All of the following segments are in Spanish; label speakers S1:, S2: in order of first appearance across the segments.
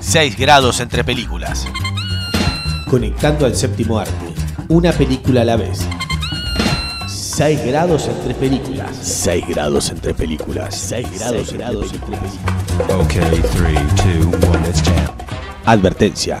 S1: 6 grados entre películas.
S2: Conectando al séptimo arte. Una película a la vez. 6 grados entre películas. 6 grados entre películas. 6 grados, grados entre películas.
S3: Okay, three, two, one, let's jam.
S2: Advertencia.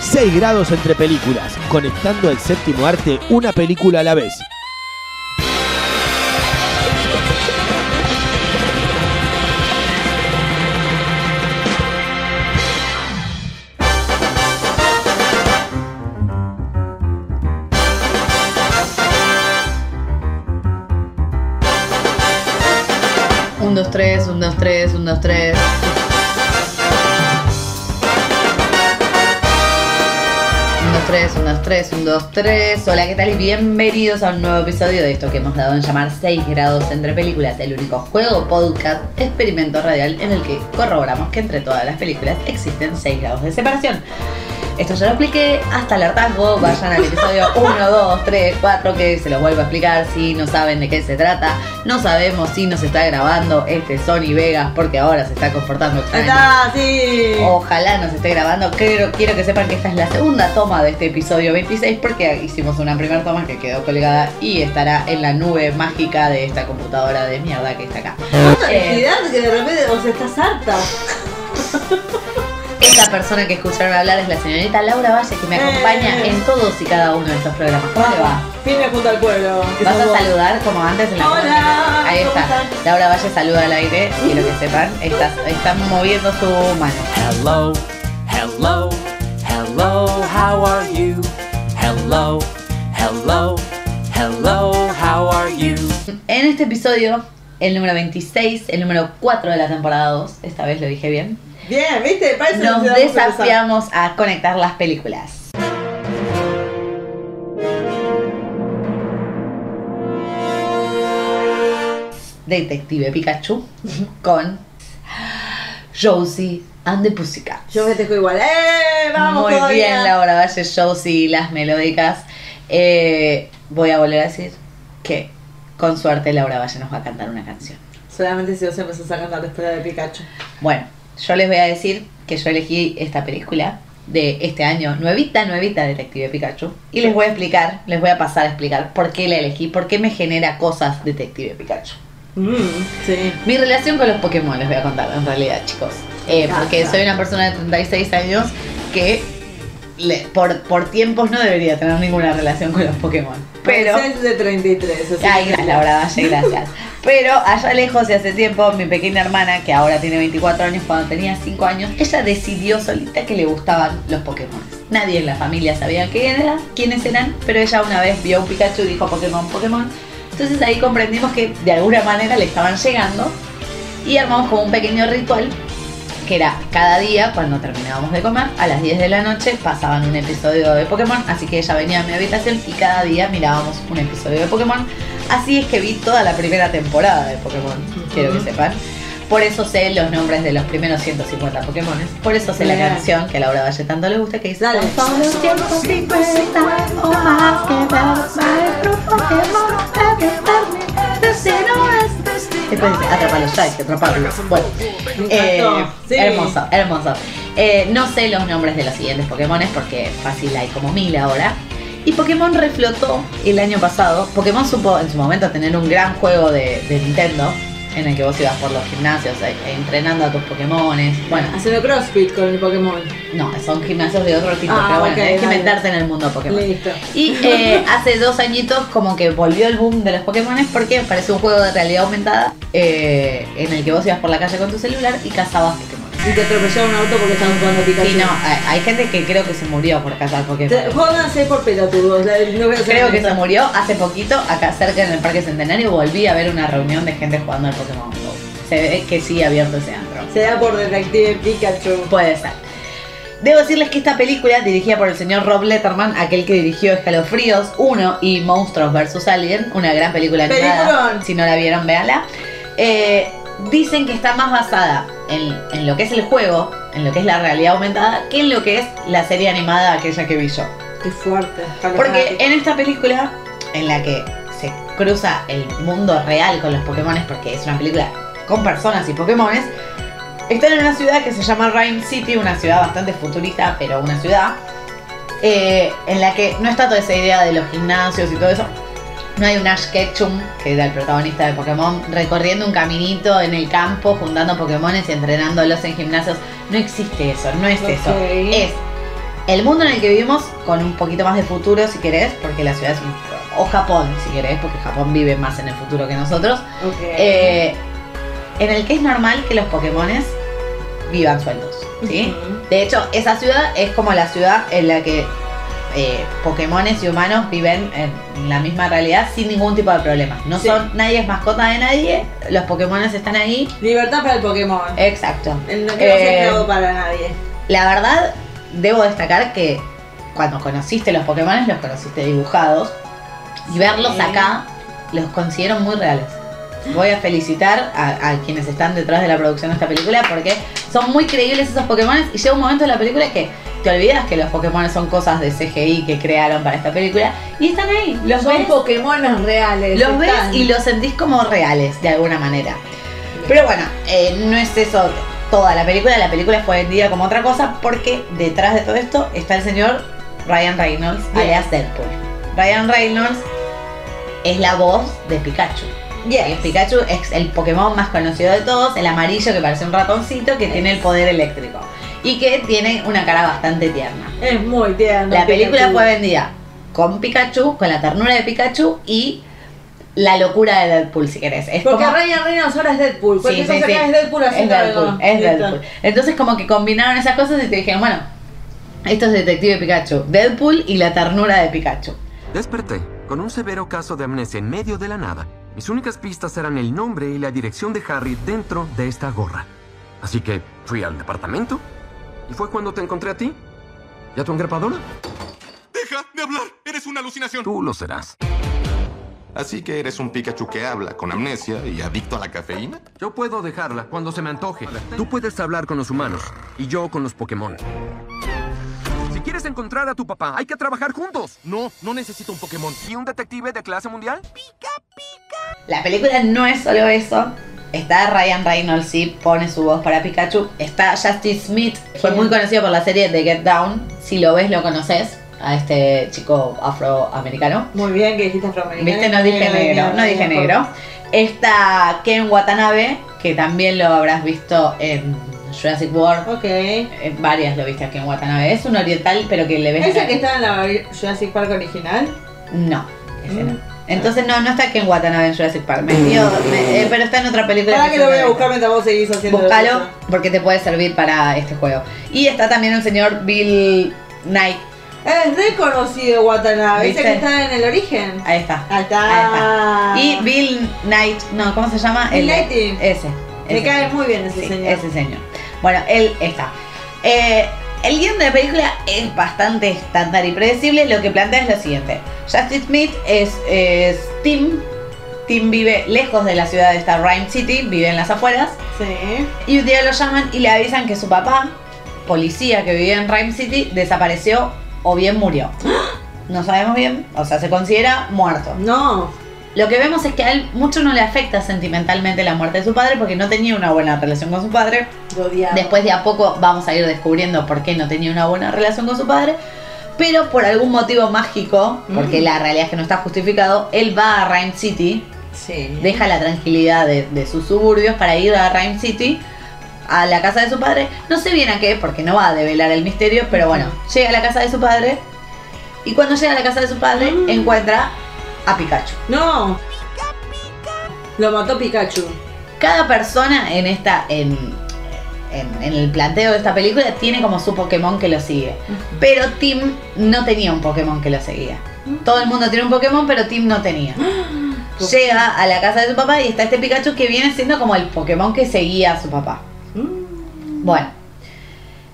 S2: 6 grados entre películas, conectando el séptimo arte una película a la vez.
S4: Un, dos, tres, un, dos, tres, un, dos, tres. Un, dos, tres, un, dos, tres, un, dos, tres. Hola, ¿qué tal? Y bienvenidos a un nuevo episodio de esto que hemos dado en llamar 6 grados entre películas, el único juego, podcast, experimento radial en el que corroboramos que entre todas las películas existen 6 grados de separación. Esto ya lo expliqué hasta el hartazgo. Vayan al episodio 1, 2, 3, 4 que se los vuelvo a explicar si no saben de qué se trata. No sabemos si nos está grabando este Sony Vegas porque ahora se está comportando extraño.
S5: Está, sí.
S4: Ojalá nos esté grabando. Quiero, quiero que sepan que esta es la segunda toma de este episodio 26 porque hicimos una primera toma que quedó colgada y estará en la nube mágica de esta computadora de mierda que está acá.
S5: Tanta
S4: Eh.
S5: felicidad que de repente, o sea, estás harta.
S4: Esta persona que escucharon hablar es la señorita Laura Valle que me acompaña
S5: Eh.
S4: en todos y cada uno de estos programas. ¿Cómo le va?
S5: Firme junto al pueblo. que
S4: Vas
S5: sos
S4: a
S5: vos.
S4: saludar como antes en la
S5: Hola,
S4: Ahí
S5: ¿cómo
S4: está.
S5: están?
S4: Laura Valle saluda al aire, quiero que sepan. Estás, están moviendo su mano.
S6: Hello, hello, hello, how are you? Hello, hello, hello, how are you?
S4: En este episodio, el número 26, el número 4 de la temporada 2, esta vez lo dije bien,
S5: Bien, ¿viste? Parece que
S4: nos
S5: nos damos a empezar.
S4: desafiamos a conectar las películas. Detective Pikachu con Josie and the Pussycat.
S5: Yo festejo igual. ¡Eh! ¡Vamos
S4: Muy
S5: todavía!
S4: bien, Laura Valle, Josie y las melódicas. Eh, voy a volver a decir que, con suerte, Laura Valle nos va a cantar una canción.
S5: Solamente si vos empezás a cantar la historia de Pikachu.
S4: Bueno, yo les voy a decir que yo elegí esta película de este año, nuevita, nuevita, Detective Pikachu. Y les voy a explicar, les voy a pasar a explicar por qué la elegí, por qué me genera cosas Detective Pikachu.
S5: Mm, sí.
S4: Mi relación con los Pokémon les voy a contar en realidad, chicos. Eh,
S5: encanta.
S4: porque soy una persona de 36 años que le- por, por tiempos no debería tener ninguna relación con los Pokémon. Pero...
S5: Ese Es de 33. así
S4: Ay,
S5: que-
S4: gracias, Laura Valle, gracias. Pero allá lejos y hace tiempo, mi pequeña hermana, que ahora tiene 24 años, cuando tenía 5 años, ella decidió solita que le gustaban los Pokémon. Nadie en la familia sabía quién era, quiénes eran, pero ella una vez vio un Pikachu y dijo Pokémon, Pokémon. Entonces ahí comprendimos que de alguna manera le estaban llegando y armamos como un pequeño ritual que era cada día cuando terminábamos de comer, a las 10 de la noche pasaban un episodio de Pokémon, así que ella venía a mi habitación y cada día mirábamos un episodio de Pokémon. Así es que vi toda la primera temporada de Pokémon, quiero que sepan. Por eso sé los nombres de los primeros 150 Pokémon. Por eso sé la
S5: Bien.
S4: canción que a Laura Valle tanto le gusta, que dice...
S5: Dale.
S4: "Son los 150 o más que los maestros Pokémon que están en el cielo este". Después dice, atrapalos, ya hay que atraparlos. Bueno,
S5: Me
S4: eh,
S5: encantó. Sí.
S4: Hermoso, hermoso. Eh, no sé los nombres de los siguientes Pokémones porque fácil hay como mil ahora. Y Pokémon reflotó el año pasado. Pokémon supo en su momento tener un gran juego de, de Nintendo en el que vos ibas por los gimnasios eh, entrenando a tus Pokémones. Bueno,
S5: Haciendo crossfit con el Pokémon.
S4: no, son gimnasios de otro tipo,
S5: Ah,
S4: pero bueno,
S5: ok,
S4: tenés que
S5: dale.
S4: meterte en el mundo Pokémon.
S5: Listo.
S4: Y eh, hace dos añitos como que volvió el boom de los Pokémones porque parece un juego de realidad aumentada eh, en el que vos ibas por la calle con tu celular y cazabas Pokémon.
S5: Y te atropellaron un auto porque estaban jugando a Pikachu.
S4: Y no, hay, hay gente que creo que se murió por cazar
S5: Te-
S4: Pokémon.
S5: Jódanse por pelotudos. la- No voy a hacer
S4: Creo que se
S5: nada.
S4: murió hace poquito, acá cerca en el Parque Centenario, volví a ver una reunión de gente jugando al Pokémon GO. Se ve que sigue abierto ese antro.
S5: Se da por detective Pikachu.
S4: Puede ser. Debo decirles que esta película, dirigida por el señor Rob Letterman, aquel que dirigió Escalofríos 1 y Monstruos vs. Alien, una gran película animada.
S5: Peliculón.
S4: Si no la vieron, véanla. Eh, dicen que está más basada en, en lo que es el juego, en lo que es la realidad aumentada, que en lo que es la serie animada aquella que vi yo.
S5: Qué fuerte.
S4: Porque en esta película, en la que se cruza el mundo real con los Pokémones, porque es una película con personas y Pokémones, están en una ciudad que se llama Rhyme City, una ciudad bastante futurista, pero una ciudad eh, en la que no está toda esa idea de los gimnasios y todo eso. No hay un Ash Ketchum, que era el protagonista de Pokémon, recorriendo un caminito en el campo, juntando Pokémones y entrenándolos en gimnasios. No existe eso, no es eso.
S5: Ok.
S4: Es el mundo en el que vivimos, con un poquito más de futuro, si querés, porque la ciudad es un... O Japón, si querés, porque Japón vive más en el futuro que nosotros. Eh, en el que es normal que los Pokémones vivan sueldos, ¿sí?
S5: Ujú.
S4: De hecho, esa ciudad es como la ciudad en la que eh, Pokémones y humanos viven en la misma realidad sin ningún tipo de problemas. No
S5: Sí.
S4: son, nadie es mascota de nadie, los Pokémones están ahí.
S5: Libertad para el Pokémon.
S4: Exacto.
S5: el no quiero ser
S4: Eh,
S5: creado para nadie.
S4: la verdad, debo destacar que cuando conociste los Pokémones, los conociste dibujados. Y verlos acá, los considero muy reales. Voy a felicitar a, a quienes están detrás de la producción de esta película porque son muy creíbles esos Pokémones. Y llega un momento en la película que te olvidas que los Pokémones son cosas de CGI que crearon para esta película. Y están ahí. Los
S5: Son
S4: ves,
S5: Pokémon reales.
S4: los ves
S5: están.
S4: y los sentís como reales, de alguna manera. Pero bueno, eh, no es eso toda la película. La película fue vendida como otra cosa porque detrás de todo esto está el señor Ryan Reynolds,
S5: Bien.
S4: alias Deadpool. Ryan Reynolds es la voz de Pikachu. Y
S5: Yes.
S4: Pikachu es el Pokémon más conocido de todos, el amarillo que parece un ratoncito que tiene el poder eléctrico y que tiene una cara bastante tierna.
S5: Es muy tierno.
S4: La película
S5: Pikachu.
S4: fue vendida con Pikachu, con la ternura de Pikachu y la locura de Deadpool, si querés. Es
S5: Porque
S4: como-
S5: Ryan Reynolds ahora es Deadpool.
S4: Sí,
S5: Cualquier
S4: sí,
S5: cosa
S4: sí.
S5: que haga es Deadpool así
S4: Es
S5: lo
S4: Deadpool,
S5: hago.
S4: es
S5: Listo.
S4: Deadpool. Entonces como que combinaron esas cosas y te dijeron, bueno, esto es Detective Pikachu, Deadpool y la ternura de Pikachu.
S7: Desperté, con un severo caso de amnesia en medio de la nada. Mis únicas pistas eran el nombre y la dirección de Harry dentro de esta gorra. Así que fui al departamento. ¿Y fue cuando te encontré a ti? ¿Y a tu engrapadora?
S8: ¡Deja de hablar! ¡Eres una alucinación!
S7: Tú lo serás.
S8: Así que eres un Pikachu que habla con amnesia y adicto a la cafeína.
S7: Yo puedo dejarla cuando se me antoje. Tú puedes hablar con los humanos y yo con los Pokémon. Si quieres encontrar a tu papá, hay que trabajar juntos.
S8: No, no necesito un Pokémon.
S7: ¿Y un detective de clase mundial?
S4: La película no es solo eso. Está Ryan Reynolds, sí, pone su voz para Pikachu. Está Justin Smith, fue muy conocido por la serie The Get Down. Si lo ves, lo conoces. A este chico afroamericano.
S5: Muy bien que dijiste afroamericano.
S4: Viste, no dije negro, no dije negro. Está Ken Watanabe, que también lo habrás visto en Jurassic World.
S5: Ok. ¿Ese
S4: En varias lo viste a Ken Watanabe. Es un oriental, pero que le ves. la-
S5: que estaba en la Jurassic Park original?
S4: No, ese
S5: Mm.
S4: no. Entonces no, no está Ken Watanabe en Jurassic Park. Me dio- me- eh, pero está en otra película.
S5: Para que
S4: yo
S5: lo voy
S4: no
S5: a
S4: vi.
S5: buscar mientras vos seguís haciendo
S4: Búscalo porque te puede servir para este juego. Y está también el señor Bill Knight.
S5: Es reconocido Watanabe.
S4: ¿Viste?
S5: ¿Viste que está en el origen?
S4: Ahí está.
S5: Ahí está.
S4: Ahí está. Y Bill Knight, no, ¿cómo se llama?
S5: Bill
S4: El-
S5: Knighty.
S4: Ese.
S5: Me
S4: ese.
S5: cae muy bien ese
S4: Sí,
S5: señor.
S4: ese señor. Bueno, él está. Eh, el guión de la película es bastante estándar y predecible. Lo que plantea es lo siguiente. Justin Smith es, es Tim. Tim vive lejos de la ciudad de esta Rhyme City, vive en las afueras.
S5: Sí.
S4: Y un día lo llaman y le avisan que su papá, policía que vivía en Rhyme City, desapareció o bien murió. No sabemos bien, o sea, se considera muerto.
S5: No.
S4: Lo que vemos es que a él mucho no le afecta sentimentalmente la muerte de su padre porque no tenía una buena relación con su padre.
S5: Lo odiaba.
S4: Después de a poco vamos a ir descubriendo por qué no tenía una buena relación con su padre. Pero por algún motivo mágico, porque la realidad es que no está justificado, él va a Rhyme City,
S5: Sí.
S4: deja la tranquilidad de, de sus suburbios para ir a Rhyme City, a la casa de su padre. No sé bien a qué, porque no va a develar el misterio, pero bueno, llega a la casa de su padre. Y cuando llega a la casa de su padre, encuentra a Pikachu.
S5: No. Lo mató Pikachu.
S4: cada persona en esta en, en- en el planteo de esta película tiene como su Pokémon que lo sigue. Pero Tim no tenía un Pokémon que lo seguía. Todo el mundo tiene un Pokémon, pero Tim no tenía. Llega a la casa de su papá y está este Pikachu que viene siendo como el Pokémon que seguía a su papá. Bueno.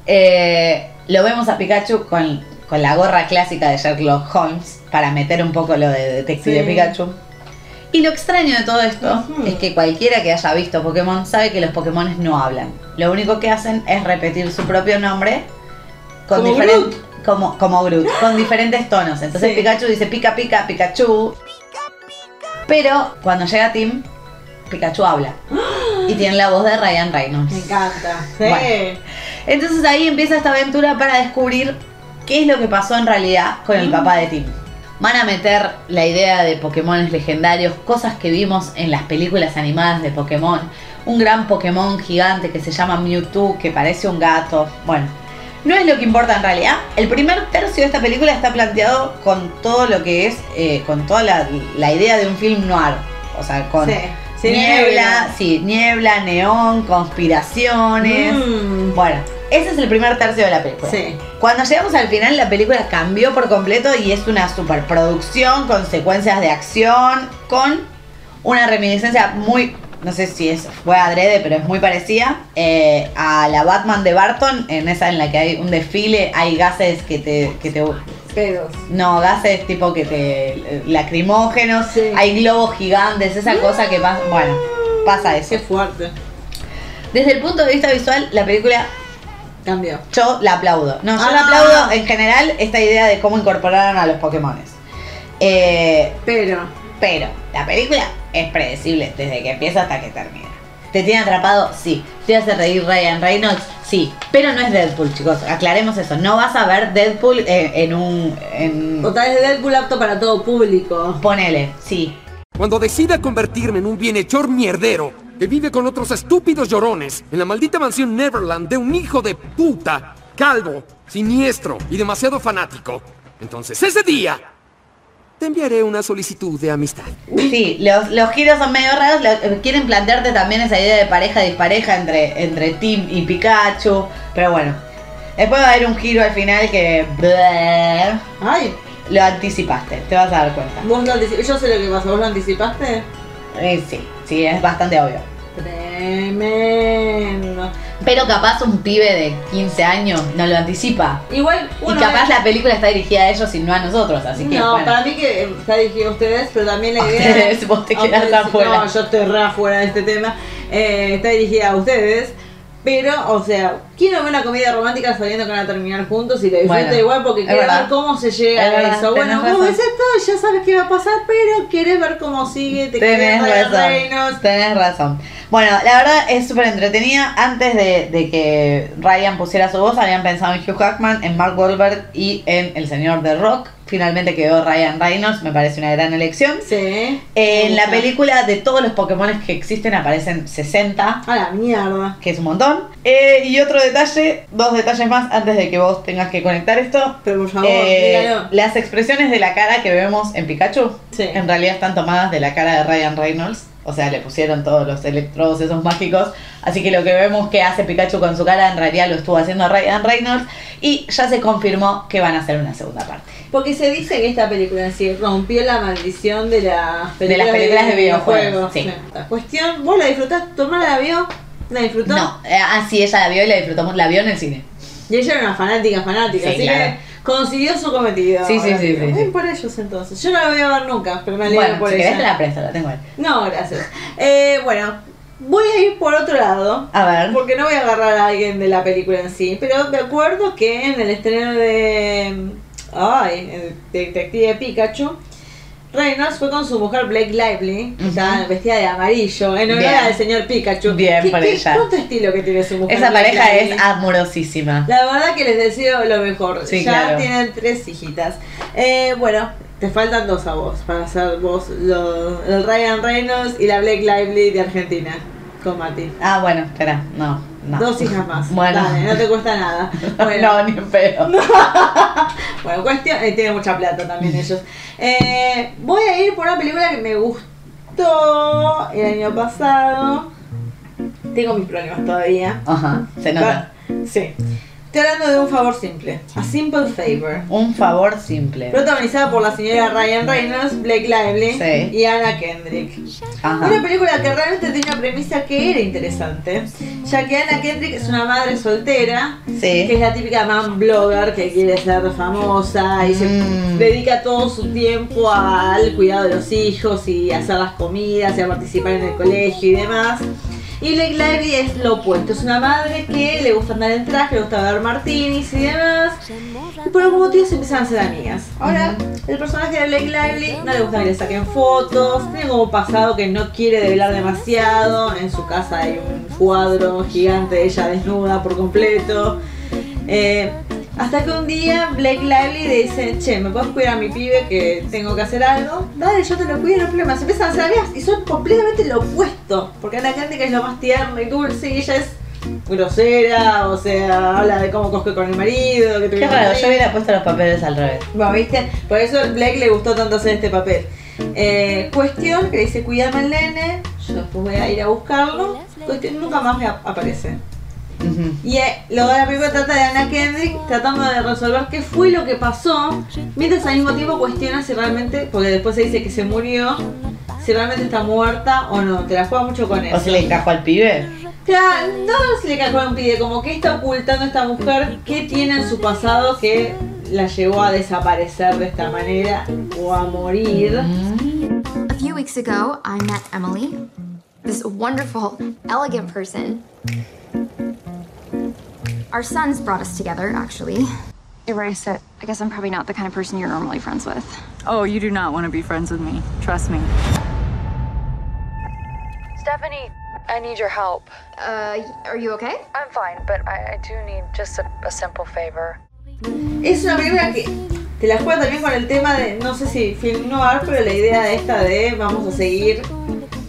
S4: Eh, Lo vemos a Pikachu con, con la gorra clásica de Sherlock Holmes para meter un poco lo de Detective
S5: Sí.
S4: Pikachu. Y lo extraño de todo esto
S5: Ujú.
S4: es que cualquiera que haya visto Pokémon sabe que los Pokémon no hablan. Lo único que hacen es repetir su propio nombre con
S5: Como
S4: diferen-
S5: Groot.
S4: Como, como Groot, con diferentes tonos. Entonces
S5: Sí.
S4: Pikachu dice pica pica, Pikachu. Pero cuando llega Tim, Pikachu habla. Y tiene la voz de Ryan Reynolds.
S5: Me encanta. Sí.
S4: Bueno. Entonces ahí empieza esta aventura para descubrir qué es lo que pasó en realidad con el papá de Tim. Van a meter la idea de Pokémon legendarios, cosas que vimos en las películas animadas de Pokémon. Un gran Pokémon gigante que se llama Mewtwo, que parece un gato. Bueno, no es lo que importa en realidad. El primer tercio de esta película está planteado con todo lo que es, eh, con toda la, la idea de un film noir. O sea, con
S5: Sí. Sí,
S4: niebla, sí, niebla, neón, conspiraciones.
S5: Mm.
S4: Bueno, ese es el primer tercio de la película.
S5: Sí.
S4: Cuando llegamos al final, la película cambió por completo y es una superproducción con secuencias de acción, con una reminiscencia muy, no sé si es, fue adrede, pero es muy parecida eh, a la Batman de Barton, en esa en la que hay un desfile, hay gases que te... Que te
S5: Pedos.
S4: no, gases tipo que te... lacrimógenos,
S5: Sí.
S4: hay globos gigantes, esa cosa que pasa... Bueno, pasa eso.
S5: Qué fuerte.
S4: Desde el punto de vista visual, la película
S5: Cambió.
S4: yo la aplaudo. No, yo
S5: Ah.
S4: la aplaudo en general esta idea de cómo incorporaron a los Pokémon.
S5: Pero.
S4: pero la película es predecible desde que empieza hasta que termina. ¿Te tiene atrapado? Sí. ¿Te hace reír Ryan Reynolds? Sí. Pero no es Deadpool, chicos. Aclaremos eso. No vas a ver Deadpool en, en un... en-
S5: O tal vez Deadpool apto para todo público.
S4: Ponele, sí.
S9: Cuando decida convertirme en un bienhechor mierdero que vive con otros estúpidos llorones en la maldita mansión Neverland de un hijo de puta, calvo, siniestro y demasiado fanático, entonces ese día te enviaré una solicitud de amistad.
S4: Sí, los, los giros son medio raros. lo- eh, quieren plantearte también esa idea de pareja dispareja entre, entre Tim y Pikachu. Pero bueno, después va a haber un giro al final que. bleh,
S5: Ay,
S4: lo anticipaste, te vas a dar cuenta.
S5: vos lo anticipaste. Yo sé lo que pasó, vos lo anticipaste.
S4: Eh, sí, sí, es bastante obvio.
S5: Tremendo.
S4: Pero capaz un pibe de 15 años no lo anticipa.
S5: Igual uno
S4: y capaz
S5: es-
S4: la película está dirigida a ellos y no a nosotros, así que.
S5: no,
S4: bueno.
S5: para mí que eh, ya dije a ustedes, pero también la
S4: A
S5: idea.
S4: ustedes, vos te
S5: a
S4: quedás afuera.
S5: No, yo estoy re afuera de este tema. Eh, está dirigida a ustedes. Pero, o sea, quiero ver una comedia romántica sabiendo que van a terminar juntos y lo disfruto
S4: Bueno,
S5: igual porque
S4: es
S5: quiero
S4: verdad.
S5: ver cómo se llega
S4: Es
S5: a
S4: verdad,
S5: eso. Bueno,
S4: tenés
S5: vos ves
S4: razón.
S5: esto y ya sabes qué va a pasar, pero querés ver cómo sigue, te querés
S4: Tenés
S5: ver
S4: razón,
S5: reinos.
S4: tenés razón. Bueno, la verdad es súper entretenida. Antes de, de que Ryan pusiera su voz, habían pensado en Hugh Hackman, en Mark Wahlberg y en El Señor de Rock. Finalmente quedó Ryan Reynolds, me parece una gran elección.
S5: Sí.
S4: En Eh, la
S5: película
S4: película de todos los Pokémon que existen aparecen 60,
S5: A la mierda.
S4: que es un montón. Eh, y otro detalle, dos detalles más antes de que vos tengas que conectar esto.
S5: Pero por favor,
S4: Eh,
S5: dígalo.
S4: las expresiones de la cara que vemos en Pikachu
S5: Sí.
S4: en realidad están tomadas de la cara de Ryan Reynolds. O sea, le pusieron todos los electrodos esos mágicos. Así que lo que vemos que hace Pikachu con su cara en realidad lo estuvo haciendo Ryan Reynolds. Y ya se confirmó que van a hacer una segunda parte.
S5: Porque se dice que esta película en sí rompió la maldición de las
S4: De
S5: películas
S4: las películas de videojuegos, sí.
S5: La cuestión, vos la disfrutás, tu hermana la vio, la disfrutó.
S4: No, eh, ah, sí, ella la vio y la disfrutamos. La vio en el cine.
S5: Y ella era una fanática, fanática,
S4: Sí,
S5: así
S4: claro.
S5: que consiguió su cometido.
S4: Sí, sí, sí, sí,
S5: Bien
S4: sí.
S5: por ellos entonces. Yo no la voy a ver nunca, pero me alegro
S4: bueno,
S5: por
S4: si
S5: ella.
S4: querés te la presto, la tengo ahí.
S5: No, gracias. Eh, bueno, voy a ir por otro lado.
S4: A ver.
S5: Porque no voy a agarrar a alguien de la película en sí, pero de acuerdo que en el estreno de. Ay, el Detective Pikachu, Reynolds fue con su mujer Blake Lively, que
S4: Ujú.
S5: estaba vestida de amarillo, en honor
S4: Bien.
S5: al señor Pikachu.
S4: Bien
S5: ¿Qué,
S4: por
S5: qué-
S4: ella.
S5: ¿Cuánto estilo que tiene su mujer?
S4: Esa
S5: Blake
S4: pareja
S5: Lively?
S4: es amorosísima.
S5: La verdad que les deseo lo mejor.
S4: Sí,
S5: ya
S4: claro.
S5: tienen tres hijitas. Eh, bueno, te faltan dos a vos para hacer vos lo- el Ryan Reynolds y la Blake Lively de Argentina con Mati.
S4: Ah, bueno, espera, no, no.
S5: Dos hijas más.
S4: Bueno.
S5: Dale, no te cuesta nada. Bueno,
S4: no, ni en pedo.
S5: bueno cuestión, eh, tiene mucha plata también ellos. Eh, voy a ir por una película que me gustó el año pasado. Tengo mis problemas todavía.
S4: Ajá, se nota.
S5: Sí. Estoy hablando de un favor simple. A simple favor.
S4: Un favor simple.
S5: Protagonizada por la señora Ryan Reynolds, Blake Lively
S4: Sí.
S5: y Anna Kendrick. Una
S4: Ajá.
S5: película que realmente tiene una premisa que era interesante, ya que Anna Kendrick es una madre soltera, que es
S4: Sí.
S5: la típica man blogger que quiere ser famosa y se
S4: Mm.
S5: dedica todo su tiempo al cuidado de los hijos y a hacer las comidas y a participar en el colegio y demás. Y Blake Lively es lo opuesto, es una madre que le gusta andar en traje, le gusta ver martinis y demás. Y por algún motivo se empiezan a hacer amigas. Ahora, el personaje de Blake Lively no le gusta que le saquen fotos, tiene como pasado que no quiere develar demasiado. En su casa hay un cuadro gigante de ella desnuda por completo. Eh, hasta que un día Blake Lively le dice, che, ¿me puedes cuidar a mi pibe que tengo que hacer algo? Dale, yo te lo cuido, no hay problema. Se empiezan a hacer amigas y son completamente lo opuesto. Porque Ana Kendrick es lo más tierna y dulce y ella es grosera, o sea, habla de cómo coge con el marido, que
S4: Qué
S5: tuvieron
S4: raro,
S5: un
S4: yo hubiera puesto los papeles al revés.
S5: bueno, viste, por eso a Blake le gustó tanto hacer este papel. Eh, cuestión que dice, cuídame al nene, yo después voy a ir a buscarlo. Cuestión nunca más me ap- aparece.
S4: Ujú.
S5: Y eh, luego la película trata de Anna Kendrick tratando de resolver qué fue lo que pasó, mientras al mismo tiempo cuestiona si realmente, porque después se dice que se murió, si realmente está muerta o no. Te la juega mucho con eso.
S4: ¿O si le encajó al pibe?
S5: Claro, no se le cagó un pide, como que está ocultando esta mujer que tiene en su pasado que la llevó a desaparecer de esta manera o a morir.
S10: A few weeks ago, I met Emily, this wonderful, elegant person. Our sons brought us together, actually. Erase it. I guess I'm probably not the kind of person you're normally friends with.
S11: Oh, you do not want to be friends with me. Trust me. Stephanie, I need your help.
S10: Uh, are you okay?
S11: I'm fine, but I, I do need just a, a simple favor.
S5: Es una película que te la juega también con el tema de, no sé si film noir, pero la idea de esta de vamos a seguir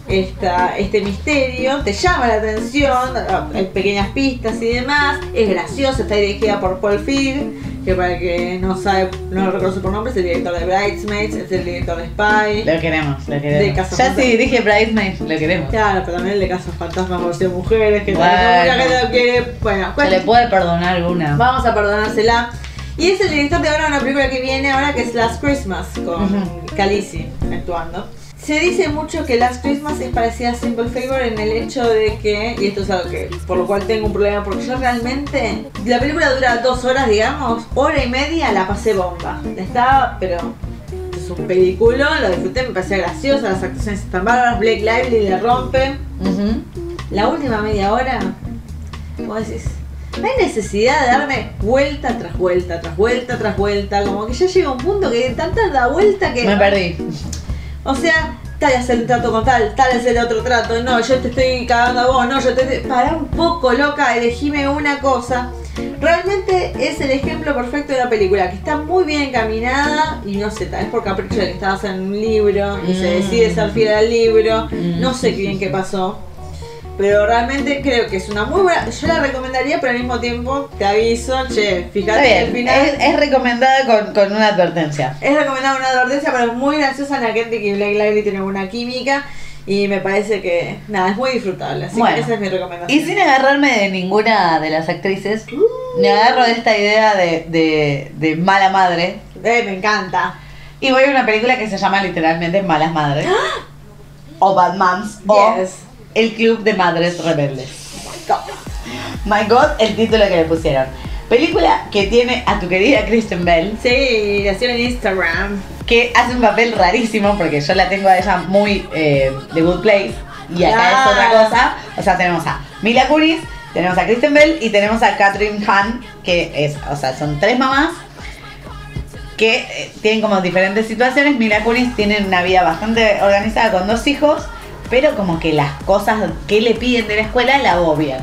S5: esta, este misterio, te llama la atención, hay pequeñas pistas y demás, es graciosa, está dirigida por Paul Feig, que para el que no sabe, no lo reconoce por nombre, es el director de Bridesmaids, es el director de Spy.
S4: Lo queremos, lo
S5: De
S4: queremos.
S5: Casa
S4: Ya
S5: Fantasma.
S4: sí, dije Bridesmaids, lo queremos.
S5: Claro, pero también el de Casas Fantasmas versión mujeres, que
S4: Bueno.
S5: también mucha gente lo quiere. Bueno,
S4: Se le
S5: cuestión-
S4: puede perdonar alguna.
S5: vamos a perdonársela. Y es el director de ahora una película que viene ahora que es Last Christmas con Khaleesi actuando. Se dice mucho que Last Christmas es parecida a Simple Favor en el hecho de que, y esto es algo que, por lo cual tengo un problema, porque yo realmente, la película dura dos horas, digamos, hora y media la pasé bomba. Estaba, pero es un peliculón, lo disfruté, me parecía graciosa, las actuaciones están bárbaras, Blake Lively le rompe.
S4: Ujú.
S5: La última media hora, vos decís, no hay necesidad de darme vuelta tras vuelta, tras vuelta, tras vuelta. Como que ya llega un punto que tanta da vuelta que.
S4: Me perdí.
S5: O sea, tal hacer un trato con tal, tal hacer otro trato. No, yo te estoy cagando a vos, no, yo te estoy. Pará un poco, loca, elegime una cosa. Realmente es el ejemplo perfecto de una película que está muy bien encaminada y no sé, tal vez por capricho de que estaba en un libro y se
S4: Mm.
S5: decide ser fiel al libro. No sé bien qué pasó. Pero realmente creo que es una muy buena. Yo la recomendaría, pero al mismo tiempo te aviso, che,
S4: Está
S5: fíjate que al
S4: bien,
S5: final.
S4: es, es recomendada con, con una advertencia.
S5: Es recomendada una advertencia, pero es muy graciosa en la gente que Black Lively tiene una química y me parece que nada, es muy disfrutable. Así
S4: Bueno.
S5: que esa es mi recomendación.
S4: Y sin agarrarme de ninguna de las actrices,
S5: Uh.
S4: me agarro de esta idea de, de, de mala madre.
S5: Eh, me encanta.
S4: Y voy a una película que se llama literalmente Malas Madres. O Bad Moms. O
S5: Yes.
S4: El Club de Madres Rebeldes. My God, el título que le pusieron. Película que tiene a tu querida Kristen Bell,
S5: Sí, nació en Instagram.
S4: que hace un papel rarísimo porque yo la tengo a ella muy eh, de Good Place y acá
S5: Claro.
S4: es otra cosa. O sea, tenemos a Mila Kunis, tenemos a Kristen Bell y tenemos a Catherine Hahn, que es, o sea, son tres mamás que eh, tienen como diferentes situaciones. Mila Kunis tiene una vida bastante organizada con dos hijos, pero como que las cosas que le piden de la escuela la agobian.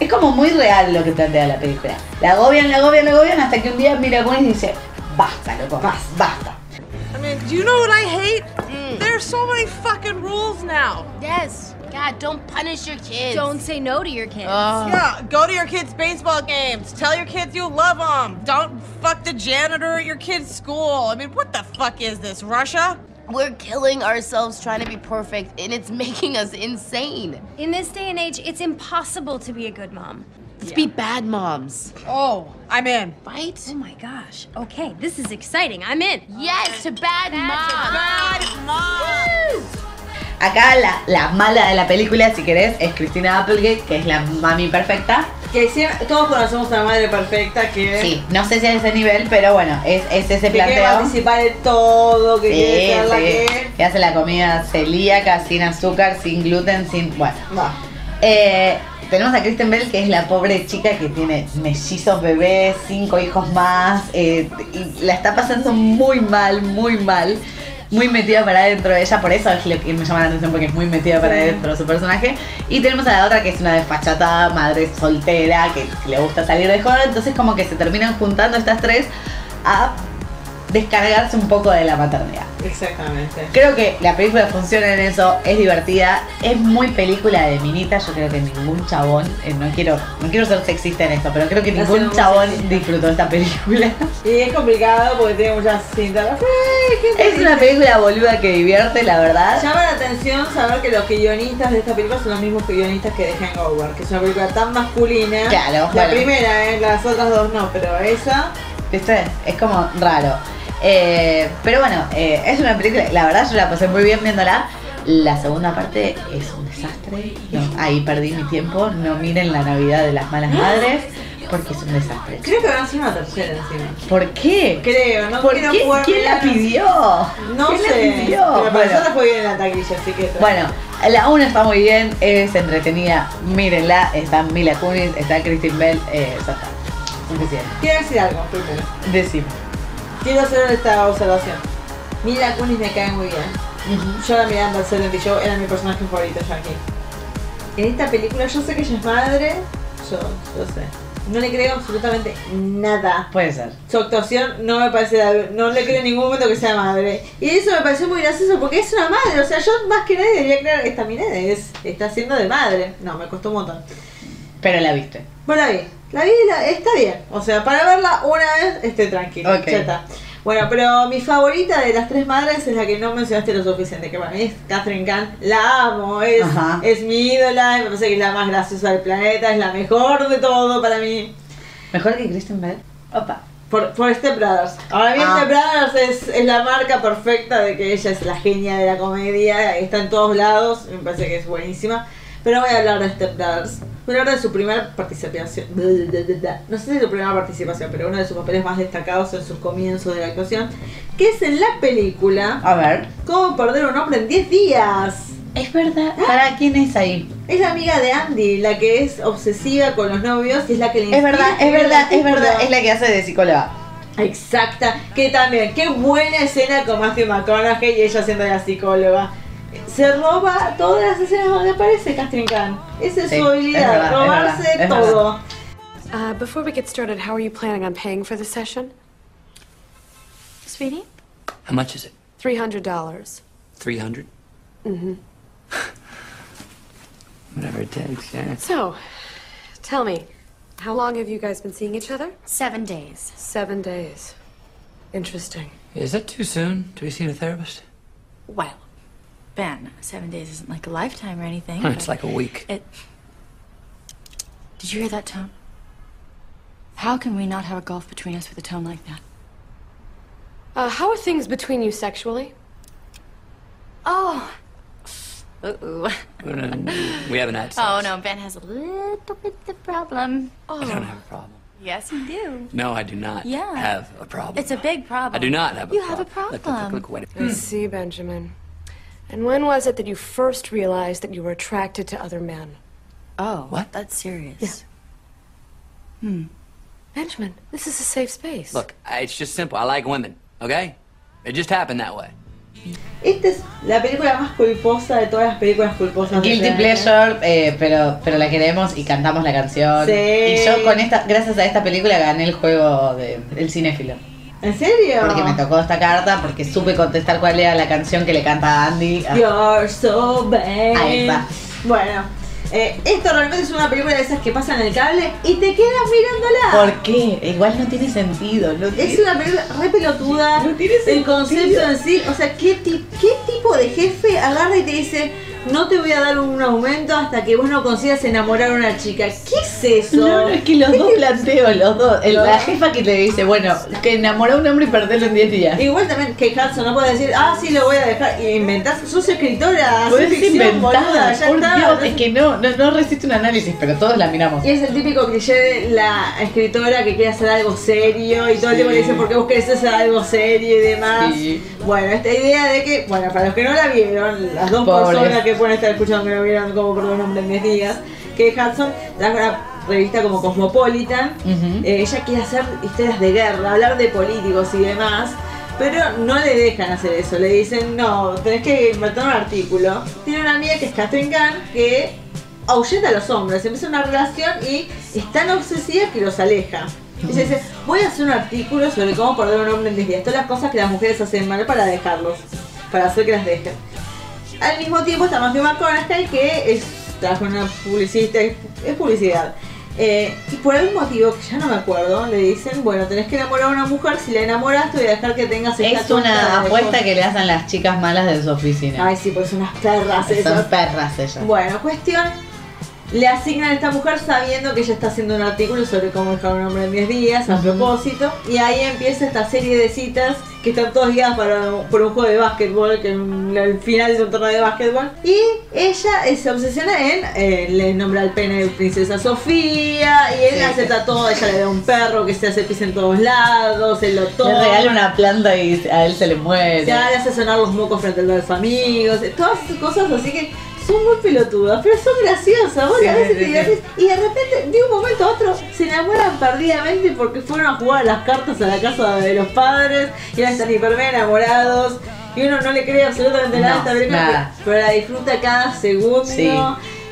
S4: Es como muy real lo que plantea la película. La agobian, la agobian, la agobian, hasta que un día Mila Kunis dice, basta, loco, basta, basta.
S11: I mean, do you know what I hate? There are so many fucking rules now.
S10: Mm. Yes. God, don't punish your kids. Don't say no to your kids.
S11: Yeah, go to your kids' baseball games. Tell your kids you love them. Don't fuck the janitor at your kid's school. I mean, what the fuck is this, Russia?
S10: We're killing ourselves trying to be perfect, and it's making us insane. In this day and age, it's impossible to be a good mom.
S12: Let's be bad moms.
S11: Oh, I'm in.
S12: Right? Oh my gosh. Okay, this is exciting. I'm in. Yes, to bad, moms.
S4: Acá la, la mala de la película, si querés, es Christina Applegate, que es la mami perfecta.
S5: Que siempre- todos conocemos a la madre perfecta que.
S4: Sí, no sé si a ese nivel, pero bueno, es, es ese
S5: Que quiere
S4: planteo.
S5: participar de todo, que quiere
S4: Sí,
S5: ser la
S4: sí.
S5: que-
S4: Que hace la comida celíaca, sin azúcar, sin gluten, sin. Bueno. Eh, tenemos a Kristen Bell, que es la pobre chica que tiene mellizos bebés, cinco hijos más, eh, y la está pasando muy mal, muy mal, muy metida para adentro de ella, por eso es lo que me llama la atención, porque es muy metida para
S5: Sí.
S4: adentro su personaje. Y tenemos a la otra que es una desfachatada, madre soltera, que le gusta salir de joda, entonces como que se terminan juntando estas tres a descargarse un poco de la maternidad.
S5: Exactamente.
S4: Creo que la película funciona en eso, es divertida, es muy película de minita, yo creo que ningún chabón, eh, no quiero, no quiero ser sexista en esto, pero creo que
S5: No
S4: ningún
S5: seamos
S4: chabón disfrutó esta película.
S5: Y es complicado porque tiene muchas cintas.
S4: Es una película boluda que divierte, la verdad.
S5: Llama la atención saber que los guionistas de esta película son los mismos que guionistas que de Hangover, que es una película tan masculina.
S4: Claro,
S5: La
S4: bueno.
S5: primera, ¿eh? las otras dos no, pero esa.
S4: ¿Viste? Es como raro. Eh, pero bueno, eh, es una película, la verdad yo la pasé muy bien viéndola. La segunda parte es un desastre. No, ahí perdí mi tiempo. No miren la Navidad de las Malas Madres porque es un desastre.
S5: Creo que van a hacer una tercera encima.
S4: ¿Por qué?
S5: Creo, no
S4: ¿Por
S5: quiero
S4: qué?
S5: jugar
S4: ¿Quién la
S5: menos.
S4: pidió?
S5: No
S4: ¿Quién la
S5: sé.
S4: pidió?
S5: Pero para
S4: Bueno.
S5: nosotros fue bien en la taquilla, así que.
S4: Bueno, la 1 está muy bien, es entretenida, mírenla, está Mila Kunis, está Christine Bell, eh, ya está. Suficiente.
S5: Quiero decir algo primero.
S4: Decime.
S5: Quiero hacer esta observación. Mila Kunis me cae muy bien. Yo la miraba en Barcelona Show, era mi personaje favorito ya aquí. En esta película yo sé que ella es madre, yo, yo sé. No le creo absolutamente nada.
S4: Puede ser.
S5: Su actuación no me parece, la- no le creo en ningún momento que sea madre. Y eso me pareció muy gracioso porque es una madre, o sea, yo más que nadie debería creer, esta mina es, está haciendo de madre. No, me costó un montón.
S4: Pero la viste.
S5: Bueno, la vi. La vi y la- está bien. O sea, para verla una vez estoy tranquila.
S4: Ok.
S5: Ya está. Bueno, pero mi favorita de las tres madres es la que no mencionaste lo suficiente, que para mí es Catherine Kahn. La amo, es,
S4: Ajá.
S5: es mi ídola, y me parece que es la más graciosa del planeta, es la mejor de todo para mí.
S4: ¿Mejor que Kristen Bell? Opa.
S5: Por, por Step Brothers. Ahora bien,
S4: Ah.
S5: Step Brothers es, es la marca perfecta de que ella es la genia de la comedia, está en todos lados, me parece que es buenísima. Pero voy a hablar de Step Brothers. Voy a hablar de su primera participación. No sé si es su primera participación, pero uno de sus papeles más destacados en sus comienzos de la actuación, que es en la película
S4: A ver.
S5: Cómo perder a un hombre en 10 días.
S4: Es verdad. ¿Para quién es ahí?
S5: Es la amiga de Andy, la que es obsesiva con los novios y es la que le
S4: Es verdad,
S5: inspira
S4: es verdad, es
S5: película.
S4: verdad. Es la que hace de psicóloga.
S5: Exacta, que también, qué buena escena con Matthew McConaughey y ella siendo la psicóloga. Se roba todas las escenas donde aparece Catherine Kahn. Esa es
S13: Sí,
S5: su habilidad,
S13: es verdad, es
S5: robarse
S13: verdad, es
S5: todo.
S13: Uh, before we get started, how are you planning on paying for the session? Sweetie?
S6: How much is it?
S13: $300.
S6: 300?
S13: Mm-hmm.
S6: Whatever it takes, yeah.
S13: So, tell me, how long have you guys been seeing each other? Seven days. Seven days. Interesting.
S6: Is that too soon to be seeing a therapist?
S14: Well, Ben, seven days isn't like a lifetime or anything.
S6: Huh, it's
S14: but
S6: like a week.
S14: It. Did you hear that tone? How can we not have a gulf between us with a tone like that?
S13: Uh, how are things between you sexually?
S14: Oh. Ooh.
S6: We don't- we haven't had sex.
S14: Oh no, Ben has a little bit of a problem. Oh.
S6: I don't have a problem.
S14: Yes, you do.
S6: No, I do not
S14: Yeah.
S6: have a problem.
S14: It's a big problem.
S6: I do not have a
S13: You
S6: problem.
S13: have a
S6: Look, look, look, look, wait a
S13: I see, Benjamin. And when was it that you first realized that you were attracted to other men?
S14: Oh. What? That's serious.
S13: Hmm. Benjamin, this is a safe space.
S6: Look, I- it's just simple. I like women, okay? It just happened that way.
S5: Esta es la película más culposa de todas las películas culposas. de
S4: Guilty
S5: Jack.
S4: Pleasure, eh, pero, pero la queremos y cantamos la canción.
S5: Sí.
S4: Y yo con esta, gracias a esta película gané el juego de- del cinéfilo.
S5: ¿En serio?
S4: Porque me tocó esta carta, porque supe contestar cuál era la canción que le canta a Andy. Ah,
S5: You're so bad.
S4: Ahí está.
S5: Bueno, eh, esto realmente es una película de esas que pasan en el cable y te quedas mirándola.
S4: Ah, ¿Por qué? Igual no tiene sentido. No tiene-
S5: Es una película re pelotuda.
S4: No tiene
S5: el
S4: sentido.
S5: concepto en sí. O sea, ¿qué, ti- qué tipo de jefe agarra y te dice, no te voy a dar un aumento hasta que vos no consigas enamorar a una chica. ¿Qué es eso?
S4: No, no, es que los dos plantean, los dos. El- la jefa que le dice, bueno, que enamoró a un hombre y perderlo en 10 días.
S5: Igual también que Hudson no puede decir, ah, sí, lo voy a dejar. Y inventás, sos escritora, haces
S4: Puedes
S5: ficción, boluda,
S4: inventar,
S5: ya
S4: por
S5: está.
S4: Dios, es que no, no, no resiste un análisis, pero todos la miramos.
S5: Y es el típico cliché de la escritora que quiere hacer algo serio y todo el
S4: Sí.
S5: tiempo le dice ¿por qué vos querés hacer algo serio y demás?
S4: Sí.
S5: Bueno, esta idea de que, bueno, para los que no la vieron, las dos
S4: Pobres.
S5: personas que pueden estar escuchando que no vieron como por dos nombres mis días, que Hudson trajo una revista como Cosmopolitan,
S4: Ujú.
S5: eh, ella quiere hacer historias de guerra, hablar de políticos y demás. Pero no le dejan hacer eso, le dicen, no, tenés que inventar un artículo. Tiene una amiga que es Catherine Gunn, que ahuyenta a los hombres, empieza una relación y es tan obsesiva que los aleja. Y se dice, voy a hacer un artículo sobre cómo perder un hombre en 10 días, todas las cosas que las mujeres hacen mal para dejarlos, para hacer que las dejen. Al mismo tiempo está Matthew McConaughey, que es, trabaja en una publicista, es es publicidad. Eh, y por algún motivo, que ya no me acuerdo, le dicen, bueno, tenés que enamorar a una mujer, si la enamoras te voy a dejar que tengas esta
S4: Es
S5: torta
S4: una
S5: de
S4: apuesta
S5: cosas".
S4: que le hacen las chicas malas de su oficina.
S5: Ay, sí, pues unas perras
S4: Son
S5: esas.
S4: perras ellas.
S5: Bueno, cuestión. Le asignan a esta mujer sabiendo que ella está haciendo un artículo sobre cómo dejar a un hombre en 10 días, a
S4: Ujú.
S5: propósito. Y ahí empieza esta serie de citas que están todas guiadas para, por un juego de básquetbol, que en el final es un torneo de básquetbol. Y ella eh, se obsesiona en, eh, le nombra al pene princesa Sofía, y él
S4: Sí.
S5: acepta todo, ella le da un perro que se hace pis en todos lados, él lo toma.
S4: Le regala una planta y a él se le muere.
S5: Ya le hace sonar los mocos frente a los amigos, eh, todas esas cosas así que son muy pelotudas, pero son graciosas, vos
S4: Sí,
S5: a veces
S4: sí,
S5: te
S4: sí.
S5: divertís, y de repente, de un momento a otro, se enamoran perdidamente porque fueron a jugar a las cartas a la casa de los padres y ahora están hiper enamorados y uno no le cree absolutamente nada a
S4: No,
S5: esta película,
S4: nada.
S5: pero pero la disfruta cada segundo.
S4: Sí.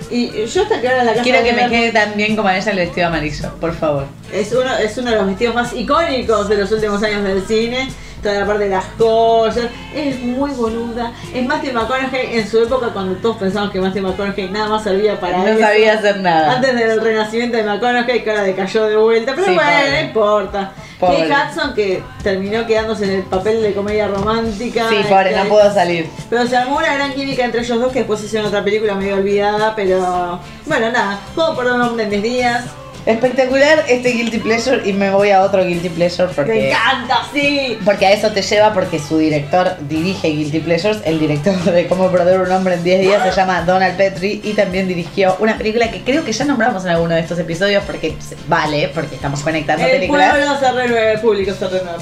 S5: Y yo hasta que ahora en la casa
S4: Quiero
S5: de
S4: que me
S5: Luna-
S4: quede tan bien como a ella el vestido amarillo, por favor.
S5: es uno, es uno de los vestidos más icónicos de los últimos años del cine. Toda la parte de las joyas. Es muy boluda. Es Matthew McConaughey en su época cuando todos pensamos que Matthew McConaughey nada más servía para
S4: No
S5: eso.
S4: sabía hacer nada.
S5: Antes del renacimiento de McConaughey que ahora decayó de vuelta. Pero
S4: Sí,
S5: bueno,
S4: pobre.
S5: no importa.
S4: Pobre.
S5: Kate Hudson que terminó quedándose en el papel de comedia romántica.
S4: Sí, pobre,
S5: Este,
S4: no puedo salir.
S5: pero se armó una gran química entre ellos dos que después hicieron otra película medio olvidada, pero bueno, nada, puedo perder un hombre en 10 días.
S4: Espectacular este Guilty Pleasure y me voy a otro Guilty Pleasure porque...
S5: Me encanta, sí.
S4: Porque a eso te lleva porque su director dirige Guilty Pleasures, el director de Cómo perder un hombre en 10 días se llama Donald Petrie y también dirigió una película que creo que ya nombramos en alguno de estos episodios porque se- vale, porque estamos conectando
S5: el
S4: películas
S5: pueblo se renueva, el público se renueva.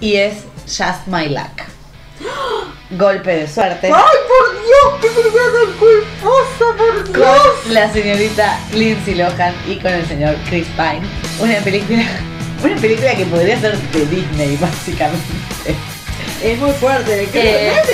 S4: y es Just My Luck. Golpe de suerte.
S5: por Dios! ¡Qué película tan culposa, por
S4: con la señorita Lindsay Lohan y con el señor Chris Pine. Una película, una película que podría ser de Disney, básicamente.
S5: Es muy fuerte. ¿Qué
S4: Eh,
S5: es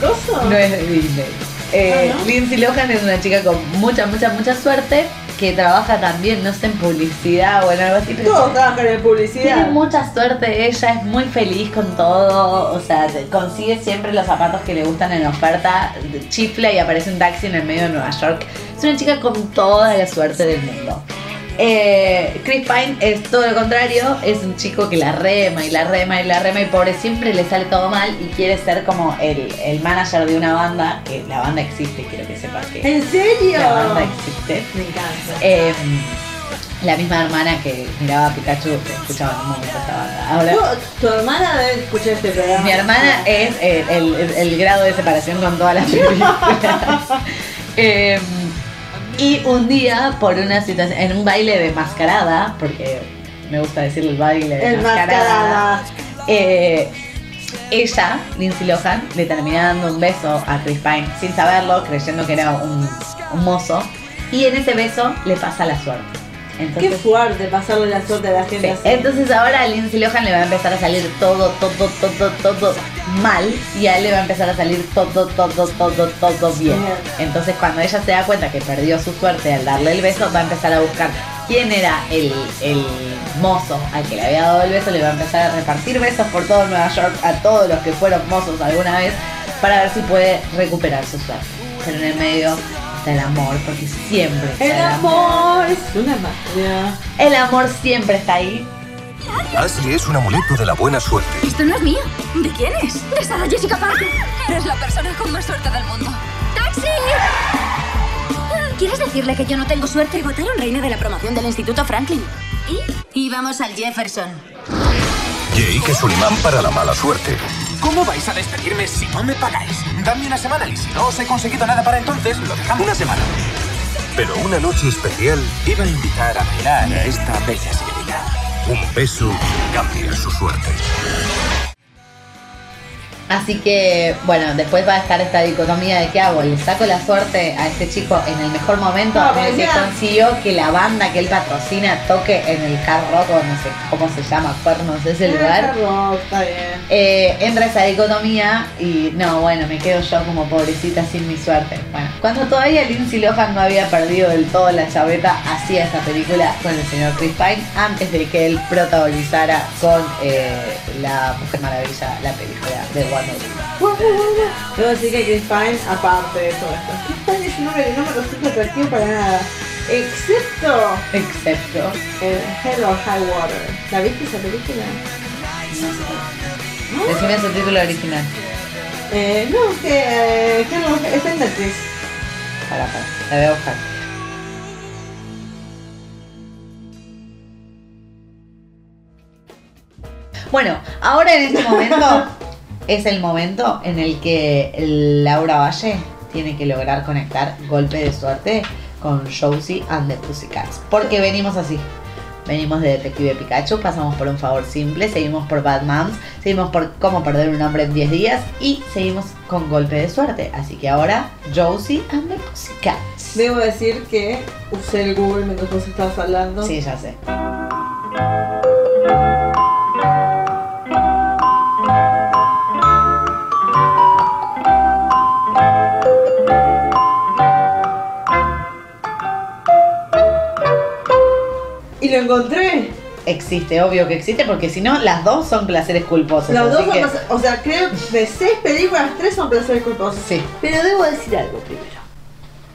S5: de coso?
S4: No es de Disney. Eh,
S5: Ah, ¿no?
S4: Lindsay Lohan es una chica con mucha, mucha, mucha suerte que trabaja también, no sé, en publicidad o en algo así. Pero
S5: Todos trabajan en
S4: Tiene
S5: publicidad.
S4: mucha suerte, ella es muy feliz con todo, o sea, te- consigue siempre los zapatos que le gustan en oferta, chifla y aparece un taxi en el medio de Nueva York. Es una chica con toda la suerte del mundo. Eh, Chris Pine es todo lo contrario, es un chico que la rema y la rema y la rema y pobre siempre le sale todo mal y quiere ser como el, el manager de una banda, que la banda existe, quiero que sepas que
S5: ¿En serio?
S4: la banda existe.
S5: Me encanta.
S4: Eh, la misma hermana que miraba a Pikachu que escuchaba en un momento esta banda. Ahora,
S5: Tu- tu hermana debe escuchar este programa.
S4: mi hermana es eh, el, el- el grado de separación con todas las películas. Eh, y un día, por una situación, en un baile de mascarada, porque me gusta decir el baile de
S5: El
S4: mascarada,
S5: mascarada.
S4: eh, ella, Lindsay Lohan, le termina dando un beso a Chris Pine sin saberlo, creyendo que era un, un mozo. Y en ese beso le pasa la suerte.
S5: Qué
S4: Entonces,
S5: fuerte pasarle la suerte a la gente
S4: Sí.
S5: así.
S4: Entonces ahora a Lindsay Lohan le va a empezar a salir todo, todo, todo, todo mal y a él le va a empezar a salir todo, todo, todo, todo bien. Entonces cuando ella se da cuenta que perdió su suerte al darle el beso, va a empezar a buscar quién era el, el mozo al que le había dado el beso, le va a empezar a repartir besos por todo Nueva York a todos los que fueron mozos alguna vez para ver si puede recuperar su suerte. Pero en el medio está el amor, porque siempre está
S5: El amor es una magia.
S4: El amor siempre está ahí.
S15: Ashley es un amuleto de la buena suerte.
S16: Esto no es mío. ¿De quién es? De Sarah Jessica Parker. Eres la persona con más suerte del mundo. ¡Taxi! ¿Quieres decirle que yo no tengo suerte? Votaron reina de la promoción del Instituto Franklin. ¿Y? Íbamos al Jefferson.
S15: Jake es un imán para la mala suerte.
S17: ¿Cómo vais a despedirme si no me pagáis? Dame una semana y si no os he conseguido nada para entonces, lo dejamos. Una semana.
S15: Pero una noche especial
S17: Iba a invitar a bailar a esta bella señorita.
S15: Un beso cambia su suerte.
S4: Así que, bueno, después va a estar esta dicotomía de qué hago. Le saco la suerte a este chico en el mejor momento
S5: No,
S4: en el que
S5: ya.
S4: consiguió que la banda que él patrocina toque en el carro, o no sé cómo se llama, cuernos de ese lugar.
S5: está bien.
S4: Eh, entra esa dicotomía y no, bueno, me quedo yo como pobrecita sin mi suerte. Bueno, cuando todavía Lindsay Lohan no había perdido del todo la chaveta, hacía esta película con el señor Chris Pine antes de que él protagonizara con eh, la Mujer Maravilla la película de Wonder Woman.
S5: Debo decir que Chris Pine, aparte de todo esto, Chris Pine es un hombre que no me resulta atractivo para nada. Excepto
S4: Excepto.
S5: en Hell or High Water. ¿La viste esa película?
S4: Decime su título original.
S5: Eh, no, que eh, Hell or- está en Netflix.
S4: Para, para, la voy a buscar. Bueno, ahora en este momento es el momento en el que Laura Valle tiene que lograr conectar golpe de suerte con Josie and the Pussycats. Porque venimos así. Venimos de Detective Pikachu, pasamos por un favor simple, seguimos por Bad Moms, seguimos por cómo perder un hombre en 10 días y seguimos con golpe de suerte. Así que ahora, Josie and the Pussycats.
S5: Debo decir que usé el Google mientras vos estabas hablando.
S4: Sí, ya sé.
S5: Y lo encontré.
S4: Existe, obvio que existe, porque si no, las dos son placeres culposos.
S5: Los dos
S4: así
S5: son
S4: que-
S5: placer- o sea, creo que de seis películas, tres son placeres culposos.
S4: Sí.
S5: Pero debo decir algo primero.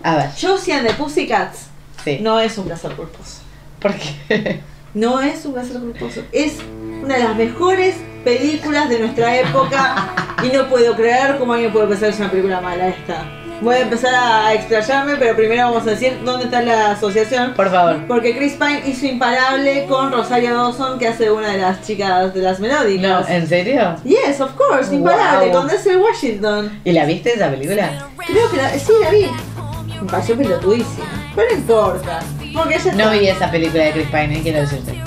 S4: A ver,
S5: Josie and the Pussycats
S4: Sí.
S5: no es un placer culposo.
S4: ¿por qué?
S5: No es un placer culposo. Es una de las mejores películas de nuestra época y no puedo creer cómo alguien puede pensar que es una película mala esta. Voy a empezar a explayarme, pero primero vamos a decir dónde está la asociación.
S4: Por favor.
S5: Porque Chris Pine hizo Imparable con Rosaria Dawson, que hace una de las chicas de las melódicas.
S4: ¿En serio?
S5: Yes, of course, Imparable,
S4: Wow.
S5: con Denzel Washington.
S4: ¿Y la viste esa película?
S5: Creo que la, sí, la vi. Me pareció pelotudísima. Pero no importa. Porque ella
S4: No
S5: está-
S4: vi esa película de Chris Pine, eh, quiero decirte.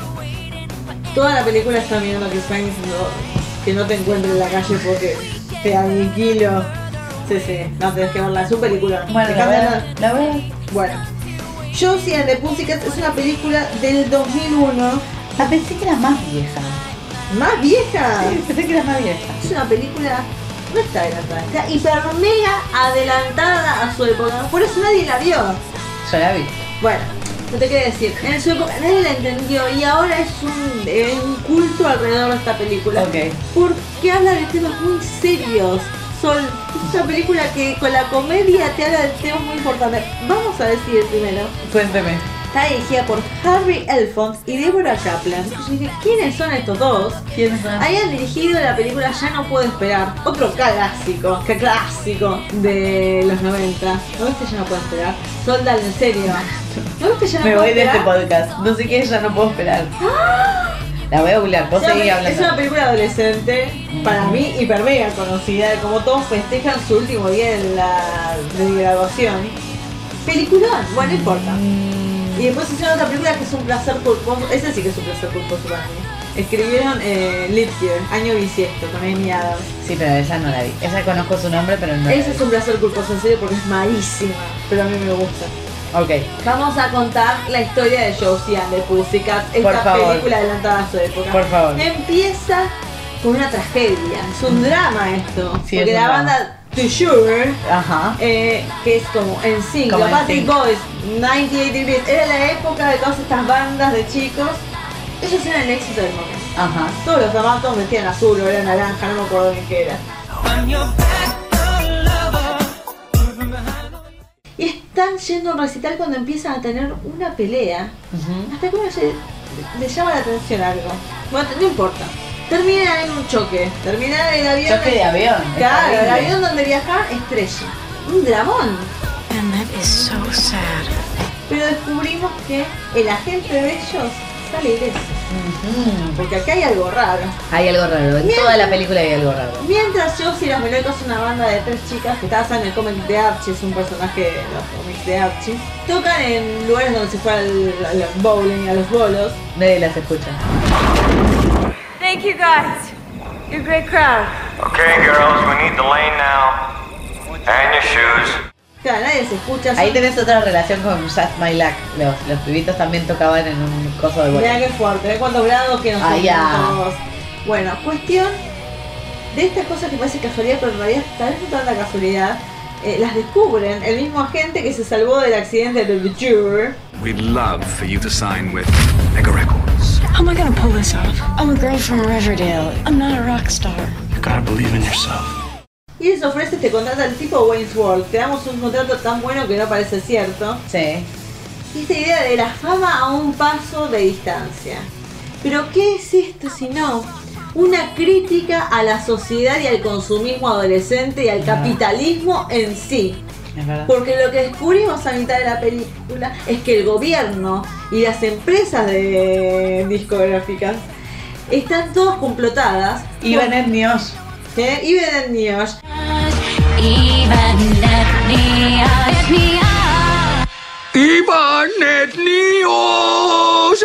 S5: Toda la película está mirando a Chris Pine diciendo que no te encuentre en la calle porque te aniquilo. Sí, sí, no tenés que verla, es un película.
S4: Bueno,
S5: Te
S4: la voy
S5: cambia
S4: a- la voy a-
S5: Bueno, Josie and the Pussycats es una película del 2001.
S4: Ah, pensé que era más vieja.
S5: ¿Más vieja?
S4: Sí, pensé que era más vieja.
S5: Es una película, no está adelantada, está hiper mega adelantada a su época. Por eso nadie la vio.
S4: Yo la vi.
S5: Bueno, no te quiero decir, en su época nadie la entendió y ahora es un, eh, un culto alrededor de esta película.
S4: Ok.
S5: Porque habla de temas muy serios. Son, es una película que con la comedia te habla de temas muy importantes. Vamos a decir el primero.
S4: Cuénteme.
S5: Está dirigida por Harry Elfons y Deborah Kaplan. Yo dije, ¿quiénes son estos dos?
S4: ¿Quiénes son?
S5: Habían dirigido la película Ya no puedo esperar. Otro clásico, que clásico de los 90. ¿No viste Ya no puedo esperar? Soldado, en serio. ¿No viste Ya no
S4: Me
S5: puedo
S4: voy de este
S5: esperar?
S4: podcast. No sé qué, ya no puedo esperar. La voy a googlear, vos
S5: Es una
S4: seguí
S5: peli- Es una
S4: hablando.
S5: película adolescente, para mí hiper mega conocida, de cómo todos festejan su último día de, la, de graduación. Peliculón, bueno, no importa. Y después hicieron otra película que es un placer culposo, ese sí que es un placer culposo para mí. Escribieron eh, Leap Year, Año Bisiesto, con Amy Adams.
S4: Sí, pero esa no la vi. Esa conozco su nombre, pero no. la
S5: Ese
S4: vi.
S5: es un placer culposo, en serio, porque es malísima, pero a mí me gusta.
S4: Ok.
S5: Vamos a contar la historia de Josie and the Pussycats, esta
S4: Por favor.
S5: película adelantada a su época.
S4: Por favor.
S5: Empieza con una tragedia, es un drama esto.
S4: Sí,
S5: porque
S4: es un
S5: la
S4: drama.
S5: banda To Sure,
S4: Ajá.
S5: eh, que es como en sí,
S4: Como
S5: Patrick
S4: NSYNC.
S5: Boys, 98 Degrees, era la época de todas estas bandas de chicos. Ellos eran el éxito del momento.
S4: Ajá.
S5: Todos los demás, todos vestían azul o era naranja, no me acuerdo bien qué era. Y están yendo al recital cuando empiezan a tener una pelea. Hasta que uno le, le llama la atención algo. Bueno, no importa. Termina en un choque. Termina el avión.
S4: Choque de avión, es
S5: Claro, el
S4: horrible.
S5: avión donde viajaban estrella. Un dragón. is so sad. Pero descubrimos que el agente de ellos sale ileso. Porque acá hay algo raro.
S4: Mm. Hay algo raro. En toda la película hay algo raro.
S5: Mientras yo y los Melocos es una banda de tres chicas que está basada en el cómic de Archie, es un personaje de los cómics de Archie, tocan en lugares donde se juega al, al bowling, a los bolos.
S4: Nadie las escucha.
S18: Thank you guys. You're a great crowd.
S19: Okay, girls, we need the lane now. And your shoes.
S5: Claro, nadie se escucha.
S4: Ahí
S5: son-
S4: tenés otra relación con Just My Luck. Los, los pibitos también tocaban en un coso de
S5: Mirá
S4: bola.
S5: qué fuerte, eh, ve cuántos grados que nos
S4: Ah, ya.
S5: sentimos. Bueno, cuestión de estas cosas que parece casualidad, pero en realidad tal vez no tanta casualidad, eh, las descubren el mismo agente que se salvó del accidente de The Jure.
S15: We'd love for you to sign with Mega Records.
S20: How am I gonna pull this off? I'm a girl from Riverdale. I'm not a rock star.
S15: You gotta believe in yourself.
S5: Y les ofrece este contrato al tipo Wayne's World. Te damos un contrato tan bueno que no parece cierto.
S4: Sí.
S5: Y esta idea de la fama a un paso de distancia. Pero ¿qué es esto si no? Una crítica a la sociedad y al consumismo adolescente y al
S4: Ah.
S5: capitalismo en sí.
S4: Es verdad.
S5: Porque lo que descubrimos a mitad de la película es que el gobierno y las empresas de discográficas están todas complotadas.
S4: Iban en Neos.
S5: ¿Eh? Iban en Neos.
S21: ¡Ivan Etnios!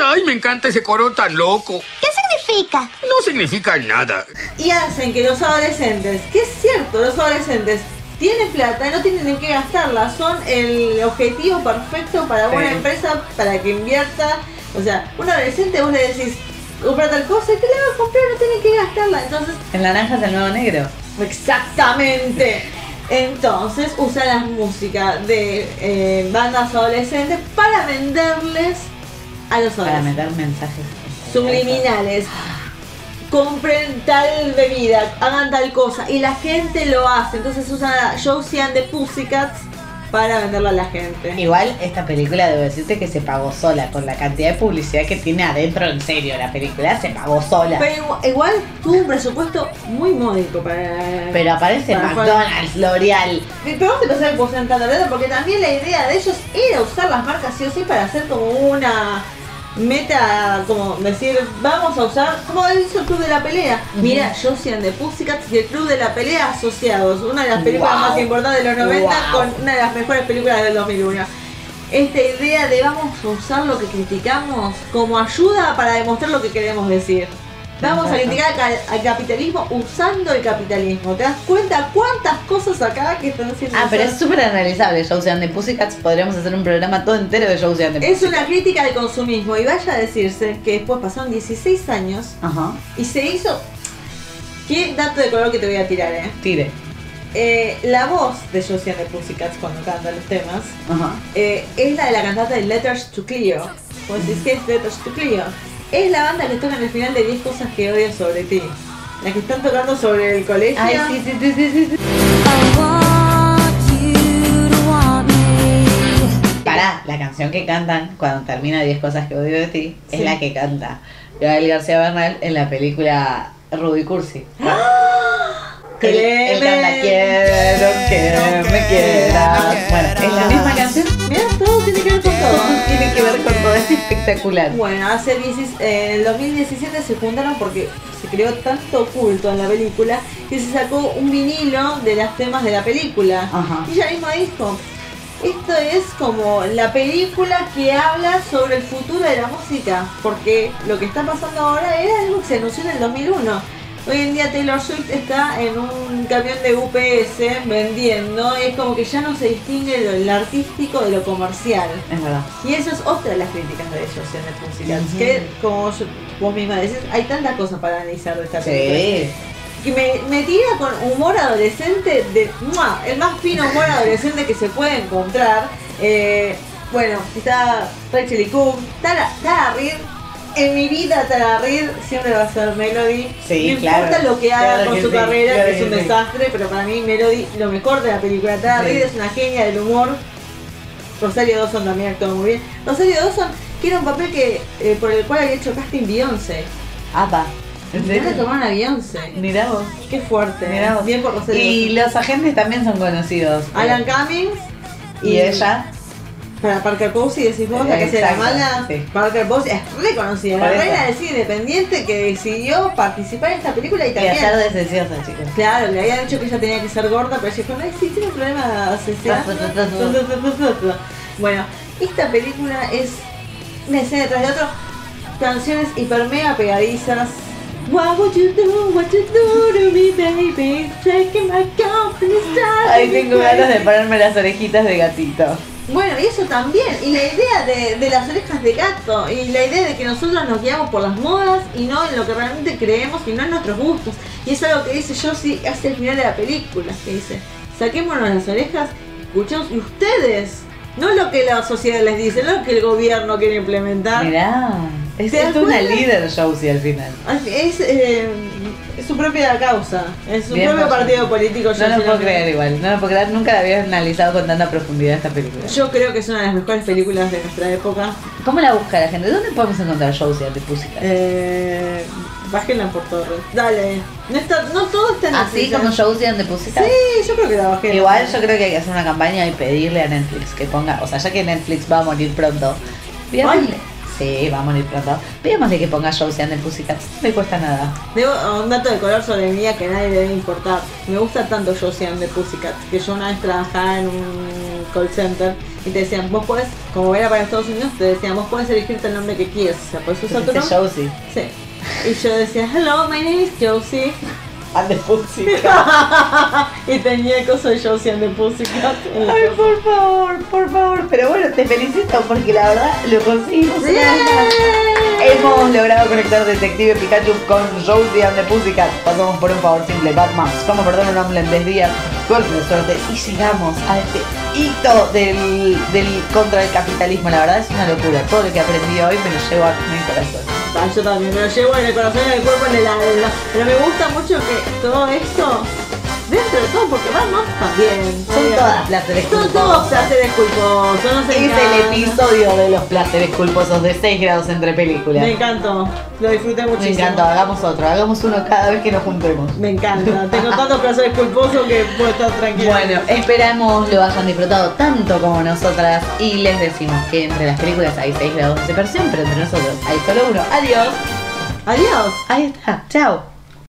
S21: ¡Ay, me encanta ese coro tan loco!
S5: ¿Qué significa?
S21: No significa nada.
S5: y hacen que los adolescentes, que es cierto, los adolescentes tienen plata y no tienen en qué gastarla, son el objetivo perfecto para una
S4: Sí.
S5: empresa para que invierta. O sea, un adolescente vos le decís, compra tal cosa y te la va a comprar, no tiene que gastarla. Entonces,
S4: El naranja es el nuevo negro.
S5: Exactamente. Entonces usan la música de eh, bandas adolescentes para venderles a los
S4: Para
S5: adolescentes
S4: meter mensajes.
S5: subliminales. Compren tal bebida, hagan tal cosa. Y la gente lo hace. Entonces usan a Josie and the Pussycats para venderlo a la gente.
S4: Igual esta película debo decirte que se pagó sola con la cantidad de publicidad que tiene adentro en serio. La película se pagó sola.
S5: Pero igu- igual tuvo un presupuesto muy módico para.
S4: Pero aparece
S5: para-
S4: McDonald's, L'Oreal.
S5: Pero vamos a empezar por tanta plata porque también la idea de ellos era usar las marcas sí o sí para hacer como una meta, como decir, vamos a usar, como hizo el Club de la Pelea. Mira, Josie and the Pussycats y el Club de la Pelea asociados, una de las películas
S4: Wow.
S5: más importantes de los 90
S4: Wow.
S5: con una de las mejores películas del 2001. Esta idea de vamos a usar lo que criticamos como ayuda para demostrar lo que queremos decir. Vamos a
S4: Exacto.
S5: criticar al, al capitalismo usando el capitalismo. ¿Te das cuenta cuántas cosas acá que están haciendo?
S4: Ah, pero es
S5: usar?
S4: súper analizable. Josie and the Pussycats. Podríamos hacer un programa todo entero de Josie and the
S5: Es una crítica al consumismo y vaya a decirse que después pasaron 16 años
S4: Ajá.
S5: y se hizo... ¿Qué dato de color que te voy a tirar, eh?
S4: Tire.
S5: Eh, la voz de Josie and the Pussycats cuando canta los temas
S4: Ajá.
S5: eh, es la de la cantata de Letters to Cleo. Pues decís que es Letters to Cleo. Es la banda que toca en el final de 10 cosas que odio sobre ti. La que están tocando sobre el colegio.
S4: Ay, sí, sí, sí, sí, sí, sí. Pará, la canción que cantan cuando termina 10 cosas que odio de ti es
S5: Sí.
S4: la que canta Gael García Bernal en la película Ruby Cursi.
S5: ¡Ah!
S4: Él, él canta quiero que me quieras. Bueno, es la misma canción.
S5: Mira, todo tiene que ver con Ah. todo.
S4: Tiene que ver con todo, es espectacular.
S5: Bueno, hace 16 eh, en el 2017 se juntaron porque se creó tanto culto en la película que se sacó un vinilo de los temas de la película.
S4: Ajá.
S5: Y ella misma dijo, esto es como la película que habla sobre el futuro de la música, porque lo que está pasando ahora era algo que se anunció en el 2001. Hoy en día Taylor Swift está en un camión de UPS vendiendo, y es como que ya no se distingue lo, lo artístico de lo comercial.
S4: Es verdad.
S5: Y eso es otra de las críticas de ellos en el musical.
S4: Ujú.
S5: Que, como yo- vos misma decís, hay tantas cosas para analizar de esta
S4: Sí.
S5: película. Que me, me tira con humor adolescente, de ¡mua! el más fino humor adolescente que se puede encontrar. Eh, bueno, está Rachel y Cook, Tara, Tara Reid. En mi vida Tara Reid siempre va a ser Melody.
S4: Sí,
S5: no
S4: claro.
S5: importa lo que haga
S4: Claro
S5: con
S4: que
S5: su
S4: sí,
S5: carrera,
S4: claro
S5: que es
S4: que
S5: un
S4: sí.
S5: desastre, pero para mí Melody, lo mejor de la película. Tara
S4: Sí.
S5: Reid es una genia del humor. Rosario Dawson también actuó muy bien. Rosario Dawson, que era un papel que eh, por el cual había hecho casting Beyoncé.
S4: Apa. ¿En
S5: No le
S4: serio?
S5: tomaron a Beyoncé.
S4: Mirá vos.
S5: Qué fuerte. ¿eh?
S4: Mirá vos.
S5: Bien por Rosario
S4: Y
S5: Dawson.
S4: los agentes también son conocidos.
S5: Alan Cummings
S4: Y ella.
S5: Para Parker Posey decís vos, la que hace la
S4: Exacto,
S5: mala. Parker Posey es reconocida, la
S4: Por eso.
S5: reina del cine independiente que decidió participar en esta película y
S4: Y
S5: también.
S4: hacer desenciosa, chicos.
S5: Claro, le habían dicho que ella tenía que ser gorda, pero ella dijo, no existe un problema social. bueno, esta película es una escena detrás de otra, canciones hiper mega pegadizas. What would you do, what you do to me, baby? Taking my confidence out
S4: Ahí
S5: of me,
S4: tengo ganas de
S5: baby.
S4: ponerme las orejitas de gatito.
S5: Bueno, y eso también, y la idea de, de las orejas de gato, y la idea de que nosotros nos guiamos por las modas y no en lo que realmente creemos y no en nuestros gustos. Y es algo que dice Josie hacia el final de la película, que dice, saquémonos las orejas, escuchemos y ustedes, no lo que la sociedad les dice, no lo que el gobierno quiere implementar.
S4: Mirá, es,
S5: Ah. ¿Te
S4: es
S5: das
S4: una
S5: cuenta?
S4: líder Josie al final.
S5: Así, Es, eh, es su propia causa, es su
S4: Bien,
S5: propio
S4: Josie.
S5: partido político.
S4: No lo
S5: Josie
S4: puedo
S5: López.
S4: creer igual, no lo puedo creer, nunca la había analizado con tanta profundidad esta película.
S5: Yo creo que es una de las mejores películas de nuestra época.
S4: ¿Cómo la busca la gente? ¿Dónde podemos encontrar Josie de Pussycat?
S5: Eh, bájenla por torres. Dale. No, está, no todo está en
S4: Así
S5: Netflix,
S4: Ah, como
S5: ¿eh?
S4: Josie de Pussycat.
S5: Sí, yo creo que la bajé.
S4: Igual yo creo que hay que hacer una campaña y pedirle a Netflix que ponga, o sea, ya que Netflix va a morir pronto, pidámosle. Sí, va a morir pronto. Pidámosle que ponga Josie de Pussycat, no me cuesta nada.
S5: Debo un dato de color sobre mí que a nadie le debe importar. Me gusta tanto Josian de Pussycat, que yo una vez trabajaba en un call center y te decían, vos podés, como era para Estados Unidos, te decían, vos podés elegirte el nombre que quieras. O sea, podés usar tu
S4: Dice
S5: nombre.
S4: Josie.
S5: Sí. Y yo decía, hello, my name is Josie.
S4: I'm the
S5: y tenía el coso de Josie and the Pussycat.
S4: Ay, por favor, por favor. Pero bueno, te felicito porque la verdad lo conseguimos. una vez más. Hemos logrado conectar Detective Pikachu con Josie and the Pussycat. Pasamos por un favor simple, Batman. Como perdón un hombre en 10 días. Golpe de suerte. Y llegamos a este hito del, del contra el capitalismo. La verdad es una locura. Todo lo que aprendí hoy me lo llevo a mi corazón.
S5: Ah, Yo también me lo llevo en el corazón, en el cuerpo, en el alma. Pero me gusta mucho que todo esto, dentro de todo, porque vamos también.
S4: Son
S5: Oiga,
S4: todas placeres
S5: Son
S4: culposos.
S5: todos placeres culposos. no sé
S4: Es
S5: nada.
S4: el episodio de los placeres culposos de 6 grados entre películas.
S5: Me encantó, lo disfruté
S4: Me
S5: muchísimo.
S4: encantó, hagamos otro, hagamos uno cada vez que nos juntemos.
S5: Me encanta, tengo tantos placeres culposos que puedo estar tranquila.
S4: Bueno, esperamos lo hayan disfrutado tanto como nosotras y les decimos que entre las películas hay 6 grados de separación, pero entre nosotros hay solo uno. Adiós.
S5: Adiós.
S4: Ahí está. Chao.